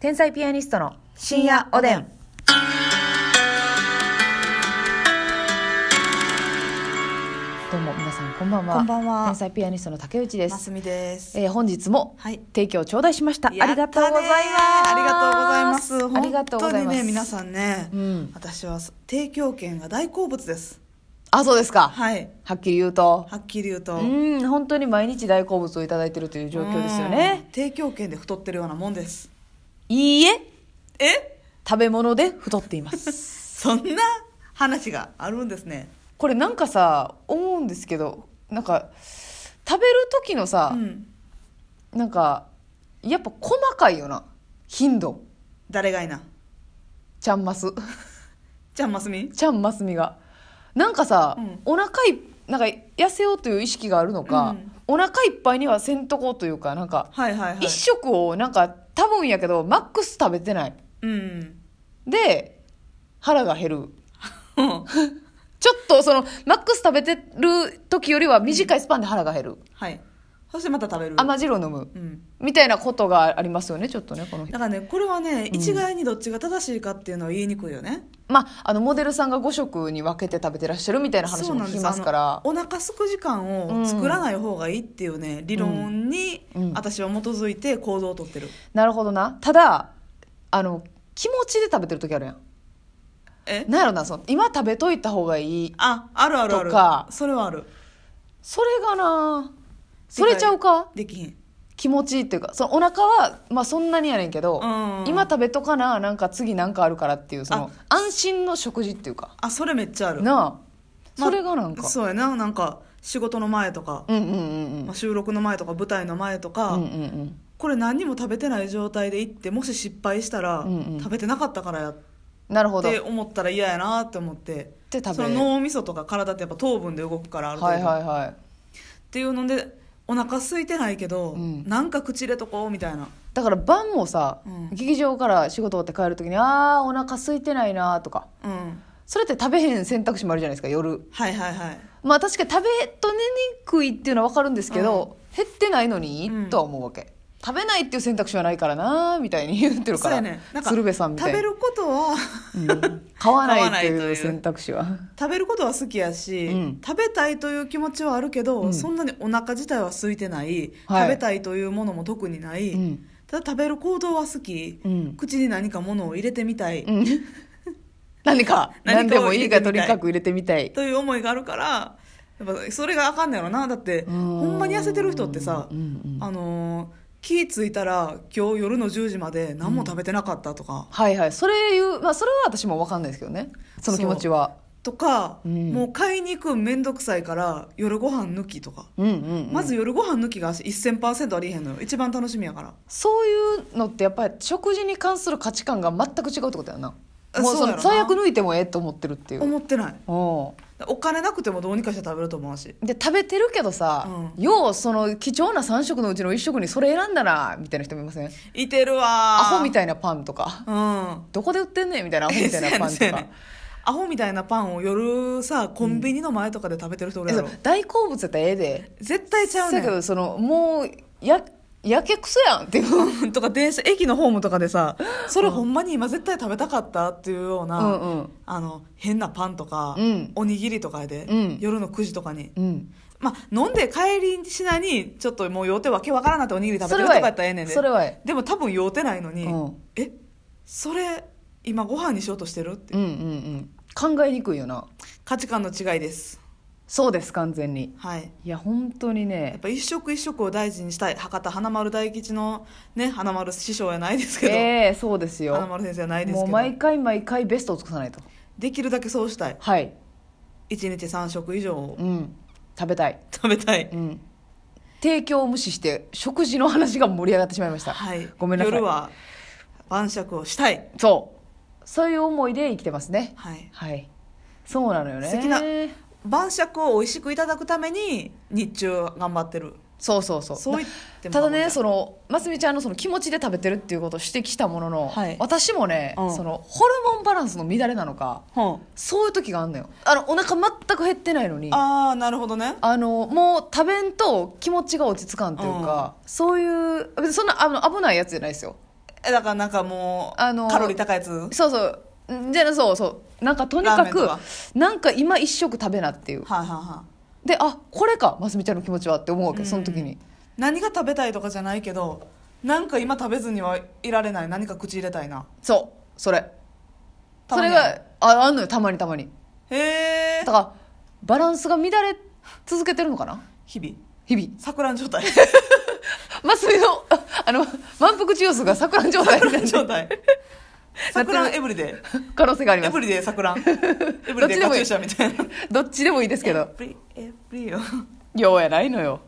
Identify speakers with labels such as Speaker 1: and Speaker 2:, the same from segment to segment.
Speaker 1: 天才ピアニストの深夜おでん。どうも皆さんこんばんは。
Speaker 2: こんばんは
Speaker 1: 天才ピアニストの竹内で。
Speaker 2: ますすみです。
Speaker 1: えー、本日も
Speaker 2: はい
Speaker 1: 提供頂戴しました。
Speaker 2: や
Speaker 1: あり
Speaker 2: ったね
Speaker 1: がとうございます。
Speaker 2: ありがとうございます。
Speaker 1: ありがとうございます。
Speaker 2: 本当にね、皆さんね、
Speaker 1: うん
Speaker 2: 私は提供券が大好物です。
Speaker 1: あ、そうですか。
Speaker 2: はい。
Speaker 1: はっきり言うと。
Speaker 2: はっきり言うと。
Speaker 1: うん、本当に毎日大好物をいただいてるという状況ですよ
Speaker 2: うん
Speaker 1: ね。。
Speaker 2: 提供券で太ってるようなもんです。
Speaker 1: いいえ、
Speaker 2: え
Speaker 1: 食べ物で太っています。
Speaker 2: そんな話があるんですね。
Speaker 1: これなんかさ、思うんですけど、なんか、食べる時のさ、
Speaker 2: うん。
Speaker 1: なんか、やっぱ細かいよな。頻度。
Speaker 2: 誰がいな。
Speaker 1: ちゃんます。
Speaker 2: じゃあ、ますみ
Speaker 1: ちゃんますみが。なんかさ、
Speaker 2: うん
Speaker 1: お腹い、なんか痩せようという意識があるのか、お腹いっぱいにはせんとこうというか、なんか、
Speaker 2: はいはいはい。
Speaker 1: 一食をなんか多分やけど、マックス食べてない。
Speaker 2: うん。
Speaker 1: で、腹が減る。ちょっとその、マックス食べてる時よりは短いスパンで腹が減る。
Speaker 2: はい。そしてまた食べる。
Speaker 1: 甘汁を飲む。
Speaker 2: うん。
Speaker 1: みたいなことがありますよね、ちょっとね、この人
Speaker 2: だからね、これはね、一概にどっちが正しいかっていうのは言いにくいよね。
Speaker 1: まあ、あの、モデルさんが5食に分けて食べてらっしゃるみたいな話も聞きますから。
Speaker 2: そうなんですあのお腹すく時間を作らない方がいいっていうね、理論に
Speaker 1: うん
Speaker 2: 私は基づいて行動をとってる、
Speaker 1: なるほどな。ただ、あの、気持ちで食べてる時あるやん。
Speaker 2: え
Speaker 1: なんやろな、その、今食べといた方がいい。
Speaker 2: ああるあるある
Speaker 1: とか
Speaker 2: それはある
Speaker 1: それがなそれちゃうか
Speaker 2: できひん
Speaker 1: 気持ちいいっていうか、そのお腹は、まあそんなにやねんけど、
Speaker 2: うん
Speaker 1: 今食べとかな、なんか次なんかあるからっていう、その、安心の食事っていうか。
Speaker 2: あそれめっちゃある
Speaker 1: なあ、
Speaker 2: まあ
Speaker 1: それがなんか。
Speaker 2: そうやななんか仕事の前とか、
Speaker 1: うんうんうん
Speaker 2: まあ、収録の前とか舞台の前と
Speaker 1: うん。
Speaker 2: か、
Speaker 1: うんうんうん。
Speaker 2: これ何にも食べてない状態で行ってもし失敗したら、
Speaker 1: うんうん
Speaker 2: 食べてなかったからやっ
Speaker 1: なるほど。
Speaker 2: て
Speaker 1: で
Speaker 2: 思ったら嫌やなって思って
Speaker 1: 食
Speaker 2: そ
Speaker 1: べ
Speaker 2: の
Speaker 1: る。
Speaker 2: 脳みそとか体ってやっぱ糖分で動くからある程度
Speaker 1: はいはいはい。
Speaker 2: っていうのでお腹空いてないけど、
Speaker 1: うん
Speaker 2: なんか口入れとこうみたいな
Speaker 1: だから晩もさ、
Speaker 2: うん
Speaker 1: 劇場から仕事終わって帰る時にあーお腹空いてないなとか
Speaker 2: うん
Speaker 1: それって食べへん選択肢もあるじゃないですか夜
Speaker 2: はいはいはい
Speaker 1: まあ確かに食べと寝にくいっていうのは分かるんですけど、減ってないのに、
Speaker 2: うん
Speaker 1: とは思うわけ食べないっていう選択肢はないからなみたいに言ってるから、
Speaker 2: そうやねなんか
Speaker 1: 鶴瓶さんみた
Speaker 2: 食
Speaker 1: いに
Speaker 2: べることは
Speaker 1: うん買わないって
Speaker 2: 買わ
Speaker 1: い
Speaker 2: な
Speaker 1: う
Speaker 2: いという
Speaker 1: 選択肢は
Speaker 2: 食べることは好きやし、
Speaker 1: うん
Speaker 2: 食べたいという気持ちはあるけど、
Speaker 1: うん
Speaker 2: そんなにお腹自体は空いてない、
Speaker 1: はい
Speaker 2: 食べたいというものも特にない、
Speaker 1: うん
Speaker 2: ただ食べる行動は好き、
Speaker 1: うん
Speaker 2: 口に何かものを入れてみたい、
Speaker 1: うん何か何
Speaker 2: 何
Speaker 1: で
Speaker 2: かを
Speaker 1: もいいからと
Speaker 2: 入れてみ
Speaker 1: に
Speaker 2: たい
Speaker 1: かく入れてみたい
Speaker 2: という思いがあるからやっぱそれがあかんのやろなだって
Speaker 1: う
Speaker 2: ほんまに痩せてる人ってさ、
Speaker 1: うんうん
Speaker 2: あのー気付いたら今日夜の10時まで何も食べてなかったとか、
Speaker 1: はいはいそれ言う、まあ、それは私も分かんないですけどねその気持ちは
Speaker 2: とか、
Speaker 1: うん
Speaker 2: もう買いに行くんめんどくさいから夜ご飯抜きとか、
Speaker 1: うんうんうん
Speaker 2: まず夜ご飯抜きが1000%ありえへんのよ一番楽しみやから
Speaker 1: そういうのってやっぱり食事に関する価値観が全く違うってことやな
Speaker 2: あ
Speaker 1: もう
Speaker 2: そ
Speaker 1: そう
Speaker 2: や
Speaker 1: の
Speaker 2: ろな
Speaker 1: 罪悪抜いてもええと思ってるっていう
Speaker 2: 思ってない
Speaker 1: お
Speaker 2: お金なくてもどうにかして食べると思うし
Speaker 1: で食べてるけどさ、
Speaker 2: う
Speaker 1: ようその貴重な3食のうちの1食にそれ選んだなみたいな人もいません
Speaker 2: いてるわ
Speaker 1: アホみ
Speaker 2: い
Speaker 1: たいなパンとか
Speaker 2: うん
Speaker 1: どこで売ってんねんみたいなアホ みたい なパン
Speaker 2: そう
Speaker 1: と
Speaker 2: やねんそうや
Speaker 1: か
Speaker 2: ねんアホみたいなパンを夜さコンビニの前とかで食べてる人お
Speaker 1: え
Speaker 2: るや
Speaker 1: そ
Speaker 2: ろ、
Speaker 1: う大好物やったらええで
Speaker 2: 絶対ちゃう
Speaker 1: そ
Speaker 2: ね
Speaker 1: やけ
Speaker 2: ん
Speaker 1: どそのもうややけくそやんっていう
Speaker 2: うんとか電車駅のホームとかでさ それほんまに今絶対食べたかったっていうような、
Speaker 1: うんうん
Speaker 2: あの変なパンとか、
Speaker 1: うん
Speaker 2: おにぎりとかで、
Speaker 1: うん
Speaker 2: 夜の9時とかに
Speaker 1: うん
Speaker 2: まあ、飲んで帰りしなに、ちょっともう酔うてわけわからんなっておにぎり食べてるとかやったらええねんで。
Speaker 1: それはえ
Speaker 2: でも多分酔うてないのに、
Speaker 1: うん
Speaker 2: え、それ、今ご飯にしようとしてるって
Speaker 1: えうんうんうん考えにくいよな
Speaker 2: 価値観の違いです。
Speaker 1: そうです完全に
Speaker 2: はい。
Speaker 1: いや本当に
Speaker 2: やっ
Speaker 1: ね
Speaker 2: ぱ一食一食を大事にしたい。博多花丸大吉のね、花丸師匠やないですけど、
Speaker 1: ええそうです
Speaker 2: 花
Speaker 1: よ
Speaker 2: 丸先生やないです
Speaker 1: もう
Speaker 2: けど、
Speaker 1: 毎回毎回ベストを尽くさないと
Speaker 2: できるだけそうしたい。
Speaker 1: はい
Speaker 2: 1日3食以上を
Speaker 1: うん食べたい
Speaker 2: 食べたい。
Speaker 1: うん提供を無視して食事の話が盛り上がってしまいました
Speaker 2: はい。
Speaker 1: ごめんなさい
Speaker 2: 夜は晩酌をしたい。
Speaker 1: そうそういう思いで生きてますね
Speaker 2: はい。
Speaker 1: はいそうなのよね
Speaker 2: 素敵な晩酌を美味しくいただくために日中頑張ってる
Speaker 1: そうそうそう
Speaker 2: そう言っても
Speaker 1: ただ
Speaker 2: 過言じ
Speaker 1: ね
Speaker 2: ゃ
Speaker 1: そのますみちゃんのその気持ちで食べてるっていうことを指摘したものの、
Speaker 2: はい
Speaker 1: 私もね、
Speaker 2: うん
Speaker 1: そのホルモンバランスの乱れなのかそういう時があんのよあのお腹全く減ってないのに
Speaker 2: ああなるほどね
Speaker 1: あのもう食べんと気持ちが落ち着かんというか、そういう別にそんなあの危ないやつじゃないですよ
Speaker 2: えだからなんかもう、
Speaker 1: あのー
Speaker 2: カロリー高いやつ
Speaker 1: そうそうんじゃあそうそうなんかとにかく
Speaker 2: ラーメン
Speaker 1: なんか今一食食べなっていう
Speaker 2: はいはいはい
Speaker 1: であこれかますみちゃんの気持ちはって思うわけその時に
Speaker 2: 何が食べたいとかじゃないけどなんか今食べずにはいられない何か口入れたいな
Speaker 1: そうそれそ
Speaker 2: たま
Speaker 1: れ
Speaker 2: にあ
Speaker 1: が
Speaker 2: る
Speaker 1: ああんのよたまにたまに
Speaker 2: へえ
Speaker 1: だからバランスが乱れ続けてるのかな
Speaker 2: 日々
Speaker 1: 日々
Speaker 2: 錯乱状態
Speaker 1: ますみのああの満腹中枢が錯乱状態
Speaker 2: 錯
Speaker 1: になっ
Speaker 2: 乱
Speaker 1: て
Speaker 2: 状
Speaker 1: る
Speaker 2: 態錯乱エブリデイ
Speaker 1: 可能性があり
Speaker 2: エ
Speaker 1: ま
Speaker 2: ブ
Speaker 1: す
Speaker 2: リデイ 錯乱エブ
Speaker 1: ど
Speaker 2: リ
Speaker 1: っち
Speaker 2: デイ
Speaker 1: で
Speaker 2: カ
Speaker 1: もいい
Speaker 2: チューシャみたいな
Speaker 1: どっちでもいいですけ
Speaker 2: エ
Speaker 1: ど
Speaker 2: ブリエブリよ
Speaker 1: ようやないのよ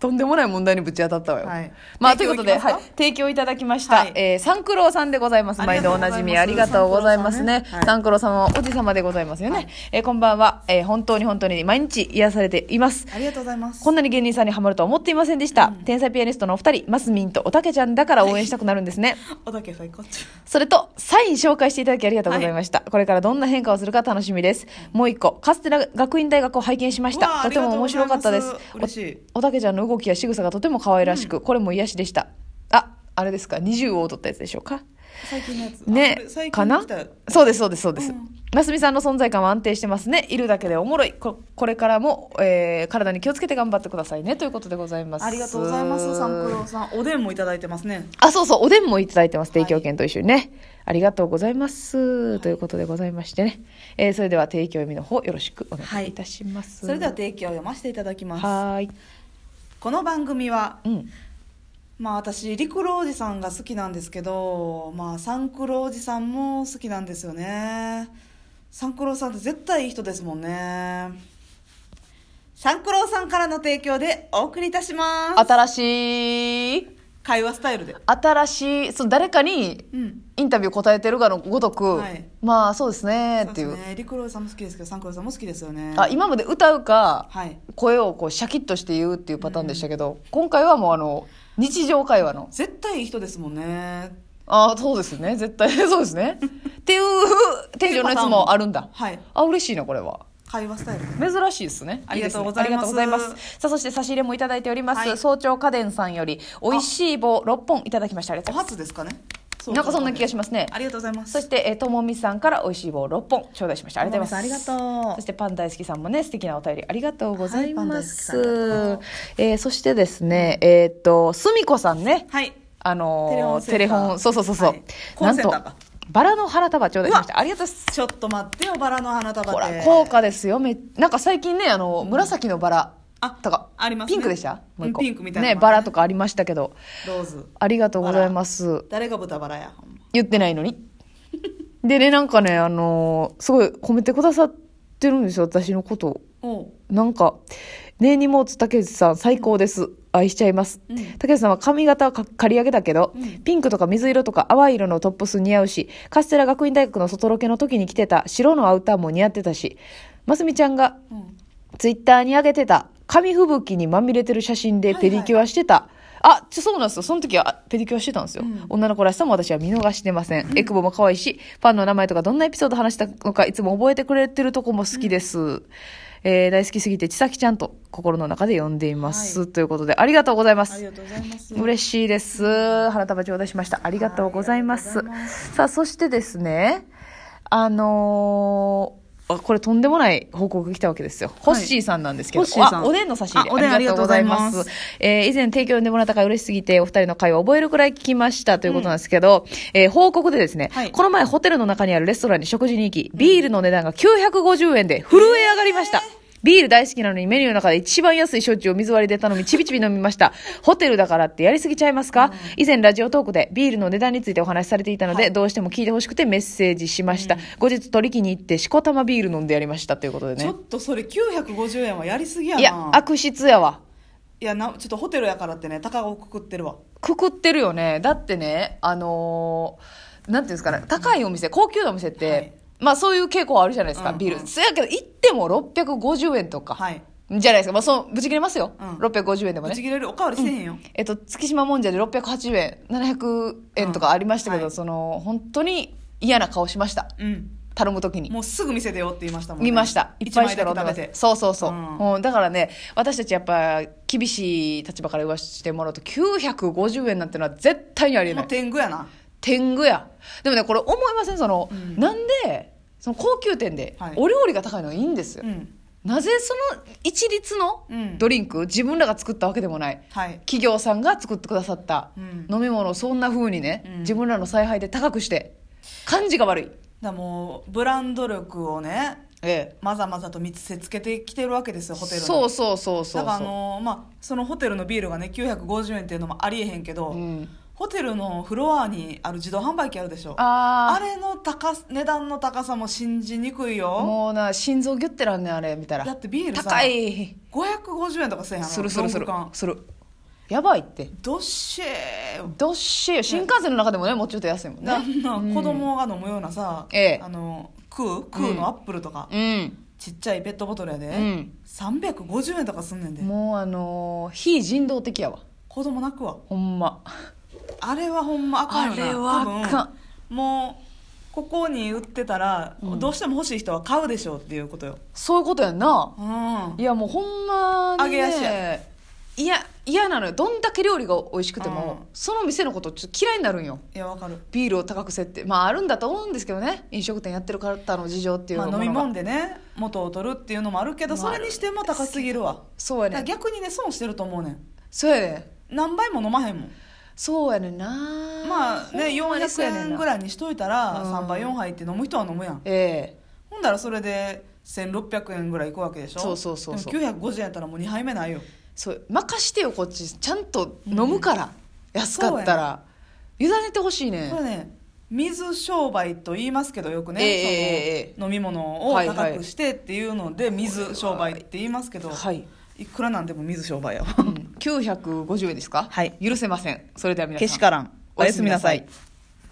Speaker 1: とんでもない問題にぶち当たったわよ、
Speaker 2: はい
Speaker 1: まあとい
Speaker 2: 提
Speaker 1: う
Speaker 2: 供
Speaker 1: ことで
Speaker 2: いきますか
Speaker 1: はい提供いただきました、
Speaker 2: はい
Speaker 1: えーサンクローさんでございます
Speaker 2: あ
Speaker 1: 毎
Speaker 2: りが
Speaker 1: 度
Speaker 2: と
Speaker 1: お
Speaker 2: う
Speaker 1: な
Speaker 2: ございます
Speaker 1: じみありがとうございますね
Speaker 2: はい
Speaker 1: サンクローさんはおじさまでございますよね、えーこんばんは、えー本当に本当に毎日癒されています
Speaker 2: ありがとうございます
Speaker 1: こんなに芸人さんにハマるとは思っていませんでした、天才ピアニストのお二人マスミンとおたけちゃんだから応援したくなるんですね
Speaker 2: おだけ最高って
Speaker 1: それと、サイン紹介していただきありがとうございました。これからどんな変化をするか楽しみです。もう一個、カステラ学院大学を拝見しまし
Speaker 2: うわ
Speaker 1: た。
Speaker 2: あ
Speaker 1: とても面白かったです
Speaker 2: ありがとうございます嬉しい。
Speaker 1: おおたけちゃんの動きや仕草がとても可愛らしく、これも癒しでした。あ、あれですか、20を取ったやつでしょうか。
Speaker 2: 最近のやつあ
Speaker 1: ね
Speaker 2: これ最、
Speaker 1: か
Speaker 2: 近
Speaker 1: な
Speaker 2: 来た
Speaker 1: そうです、そうです、そうです
Speaker 2: うん。
Speaker 1: なすみさんの存在感は安定してますね。いるだけでおもろい。ここれからも、えー体に気をつけて頑張ってくださいね。ということでございます。
Speaker 2: ありがとうございますサンクローさんおでんもいただいてますね
Speaker 1: あ、そうそう、おでんもいただいてます。提供券と一緒にね。ありがとうございます、ということでございましてね。えーそれでは提供読みの方よろしくお願いいたします。
Speaker 2: それでは提供を読ませていただきます
Speaker 1: はーい。
Speaker 2: この番組は
Speaker 1: うん。
Speaker 2: まあ私陸路おじさんが好きなんですけどまあ三九郎おじさんも好きなんですよね三九郎さんって絶対いい人ですもんね三九郎さんからの提供でお送りいたします
Speaker 1: 新しい、
Speaker 2: 会話スタイルで
Speaker 1: 新しい、その誰かに
Speaker 2: うん
Speaker 1: インタビュー答えてるがのごとく、
Speaker 2: はい
Speaker 1: まあそうですね、ってい
Speaker 2: そう
Speaker 1: う。
Speaker 2: ですね陸郎さんも好きですけど三九郎さんも好きですよね
Speaker 1: あ、今まで歌うか、
Speaker 2: はい
Speaker 1: 声をこうシャキッとして言うっていうパターンでしたけど、今回はもうあの、日常会話の。
Speaker 2: 絶対いい人ですもんね
Speaker 1: あそうですね、絶対 そうですね。っていうテンションのやつもあるんだ。
Speaker 2: はい
Speaker 1: あ、嬉しいな、これは。
Speaker 2: 会話スタイルで
Speaker 1: 珍しいですね。
Speaker 2: ありがとう
Speaker 1: ですねあ
Speaker 2: ございます
Speaker 1: りがとうございます。さあ、そして差し入れもいただいております。
Speaker 2: はい
Speaker 1: 早朝家電さんより、美味しい棒6本いただきました。ありがと
Speaker 2: お
Speaker 1: うございま
Speaker 2: 初ですかね
Speaker 1: す。なんかそんな気がしますね。
Speaker 2: ありがとうございます
Speaker 1: そして、えーともみさんから美味しい棒6本頂戴しました。ありがとうございます。
Speaker 2: ともみさんありがとう
Speaker 1: そしてパン大好きさんもね、素敵なお便りありがとうございます。
Speaker 2: はいパン大好きさんありがとう
Speaker 1: えーそしてですね、えっ、と、すみこさんね。
Speaker 2: はい
Speaker 1: あのー
Speaker 2: テ
Speaker 1: テ
Speaker 2: レ
Speaker 1: レ
Speaker 2: フ
Speaker 1: フ
Speaker 2: ォ
Speaker 1: ォ
Speaker 2: ン
Speaker 1: ン、そ
Speaker 2: セン
Speaker 1: う
Speaker 2: ター
Speaker 1: そうそうそう。
Speaker 2: はいコンセンターか
Speaker 1: なんと、バラの花束頂戴しまし
Speaker 2: う
Speaker 1: た。ありがとうございます。
Speaker 2: ちょっと待ってよバラの花束
Speaker 1: ほ
Speaker 2: で
Speaker 1: ら高価ですよめなんか最近ねあの紫のバラ
Speaker 2: あ
Speaker 1: とか、
Speaker 2: ありますね
Speaker 1: ピンクでしたもう一個
Speaker 2: うんピンクみたいなの
Speaker 1: ね
Speaker 2: もあるね
Speaker 1: バラとかありましたけど
Speaker 2: ローズ
Speaker 1: ありがとうございます
Speaker 2: 誰が豚バラやほんま
Speaker 1: 言ってないの にでねなんかねあのーすごい褒めてくださってるんですよ私のことを
Speaker 2: おう
Speaker 1: なんか「ねえ荷物竹内さん最高です愛しちゃいます」
Speaker 2: うん
Speaker 1: 竹内さんは髪型はか刈り上げだけど、
Speaker 2: うん
Speaker 1: ピンクとか水色とか淡い色のトップス似合うしカステラ学院大学の外ロケの時に着てた白のアウターも似合ってたしますみちゃんが
Speaker 2: うん
Speaker 1: ツイッターに上げてた紙吹雪にまみれてる写真で
Speaker 2: はい
Speaker 1: ペディキュアしてた、あちょそうなんですよその時はあペディキュアしてたんですよ、
Speaker 2: うん
Speaker 1: 女の子らしさも私は見逃してません、エクボも可愛いしファンの名前とかどんなエピソード話したのかいつも覚えてくれてるとこも好きです、えー大好きすぎて千咲ちゃんと心の中で呼んでいます、
Speaker 2: は
Speaker 1: ということでありがとうございま
Speaker 2: あ
Speaker 1: す
Speaker 2: りがとうございます
Speaker 1: 嬉しいです。花束頂戴しました。ありがとうございます。
Speaker 2: ありがとうございま
Speaker 1: さあ、そしてですね、あのーあこれとんでもない報告が来たわけですよ。ホッシーさんなんですけど、
Speaker 2: ホッシーさん
Speaker 1: あおでんの差し入れ
Speaker 2: あおでん
Speaker 1: ありがとうございま
Speaker 2: ありがとうございます
Speaker 1: す。えー以前提供でもらった回嬉しすぎて、お二人の会話を覚えるくらい聞きましたということなんですけど、えー報告でですね、
Speaker 2: はい
Speaker 1: この前ホテルの中にあるレストランに食事に行き、ビールの値段が950円で震え上がりました。ビール大好きなのにメニューの中で一番安い焼酎を水割りで頼み、ちびちび飲みました。ホテルだからってやりすぎちゃいますか、以前ラジオトークでビールの値段についてお話しされていたので、
Speaker 2: はい
Speaker 1: どうしても聞いてほしくてメッセージしました。後日取り木に行って、しこたまビール飲んでやりましたということで
Speaker 2: ちょ
Speaker 1: ね。
Speaker 2: っとそれ950円はやりすぎや
Speaker 1: い
Speaker 2: な
Speaker 1: や、悪質やわ。
Speaker 2: いやなちょっとホテルやからってね高をくくってるわ
Speaker 1: くくってるよねだってねあのーなんていうんですかね高いお店高級なお店って、
Speaker 2: はい
Speaker 1: まあそういう傾向あるじゃないですか、
Speaker 2: うんうん
Speaker 1: ビールそやけど行っても650円とか、
Speaker 2: はい
Speaker 1: じゃないですかまあそうぶち切れますよ、
Speaker 2: うん
Speaker 1: 650円でも
Speaker 2: ぶ
Speaker 1: ね
Speaker 2: ち切れるおかわりせえへんよ
Speaker 1: えっと、月島もんじゃで680円700円とかありましたけど、
Speaker 2: うんはい
Speaker 1: その本当に嫌な顔しました
Speaker 2: うん
Speaker 1: 頼む時に
Speaker 2: もうすぐ見せてよって言いましたもんね
Speaker 1: 見ました。いっぱいしか
Speaker 2: 一枚
Speaker 1: 飲んで
Speaker 2: だ
Speaker 1: ま
Speaker 2: け
Speaker 1: せ
Speaker 2: 食
Speaker 1: ん
Speaker 2: べ。て
Speaker 1: そうそうそう。
Speaker 2: うん
Speaker 1: うんだからね、私たちやっぱ厳しい立場から言わせてもらうと、950円なんてのは絶対にありえ
Speaker 2: も
Speaker 1: な
Speaker 2: う
Speaker 1: い。
Speaker 2: 天狗やな
Speaker 1: 天狗やでもねこれ思いませんその、
Speaker 2: うん
Speaker 1: なんでその高級店で
Speaker 2: はい
Speaker 1: お料理が高いのはいいんですよ、
Speaker 2: うん
Speaker 1: なぜその一律の
Speaker 2: うん
Speaker 1: ドリンク、自分らが作ったわけでもない
Speaker 2: はい
Speaker 1: 企業さんが作ってくださった
Speaker 2: うん
Speaker 1: 飲み物をそんな風にね、
Speaker 2: うん
Speaker 1: 自分らの采配で高くして感じが悪い
Speaker 2: だからもうブランド力をね
Speaker 1: え
Speaker 2: まざまざと見せつけてきてるわけです
Speaker 1: え
Speaker 2: よホテルの
Speaker 1: そうそうそうそう
Speaker 2: だからあのーまあそのホテルのビールがね950円っていうのもありえへんけど、
Speaker 1: うん、
Speaker 2: ホテルのフロアにある自動販売機あるでしょ
Speaker 1: あ
Speaker 2: あ
Speaker 1: あ
Speaker 2: れの高さ値段の高さも信じにくいよ
Speaker 1: もうな心臓ギュッてらんねんあれ見たら
Speaker 2: だってビールさ
Speaker 1: 高い
Speaker 2: 550円とかせえへん
Speaker 1: するするする
Speaker 2: ロング缶
Speaker 1: するやばいって
Speaker 2: どっしえ
Speaker 1: どっしー新幹線の中でもねもうちょっと安いもんね
Speaker 2: あんな子供が飲むようなさ、
Speaker 1: ええ
Speaker 2: あの空空のアップルとか、
Speaker 1: うん
Speaker 2: ちっちゃいペットボトルやで、
Speaker 1: うん
Speaker 2: 350円とかすんねんで
Speaker 1: もうあのー非人道的やわ
Speaker 2: 子供泣くわ
Speaker 1: ほんま
Speaker 2: あれはほんまあかんよな
Speaker 1: あれはあかん
Speaker 2: 多分もうここに売ってたら、
Speaker 1: うん
Speaker 2: どうしても欲しい人は買うでしょうっていうことよ
Speaker 1: そういうことやんな
Speaker 2: うんあ
Speaker 1: いやもうほんまに、ね、
Speaker 2: 揚げ足や
Speaker 1: いや嫌なのよどんだけ料理が美味しくても、
Speaker 2: うん
Speaker 1: その店のことちょっと嫌いになるんよ
Speaker 2: いやわかる
Speaker 1: ビールを高く設定まああるんだと思うんですけどね飲食店やってる方の事情っていう
Speaker 2: ま
Speaker 1: の
Speaker 2: あ、
Speaker 1: が
Speaker 2: 飲み物
Speaker 1: が
Speaker 2: でね元を取るっていうのもあるけど
Speaker 1: まあ
Speaker 2: それにしても高すぎるわ
Speaker 1: そうや
Speaker 2: だから
Speaker 1: ねん
Speaker 2: 逆にね損してると思うねん
Speaker 1: そうやねん
Speaker 2: 何倍も飲まへんもん
Speaker 1: そうやねんな
Speaker 2: まあね
Speaker 1: ほんまにそうやね
Speaker 2: 400
Speaker 1: ん
Speaker 2: 円ぐ
Speaker 1: い
Speaker 2: らいにしといたら
Speaker 1: うん
Speaker 2: 3杯4杯って飲む人は飲むやん
Speaker 1: ええ
Speaker 2: ほんだらそれで1600円ぐらいいくわけでしょ
Speaker 1: そうそうそうそう
Speaker 2: でも950円やったらもう2杯目ないよ
Speaker 1: そう任してよこっちちゃんと飲むから、安かったら、委ねてほしいねん
Speaker 2: これね水商売と言いますけどよくね、
Speaker 1: ええ
Speaker 2: その
Speaker 1: ええええ
Speaker 2: 飲み物を
Speaker 1: はいは
Speaker 2: 高
Speaker 1: い
Speaker 2: くしてっていうので水商売って言いますけど、
Speaker 1: はい、
Speaker 2: い、くらなんでも水商売やわ
Speaker 1: うん950円ですか
Speaker 2: はい
Speaker 1: 許せませんそれでは皆さん
Speaker 2: けしからんおやすみなさい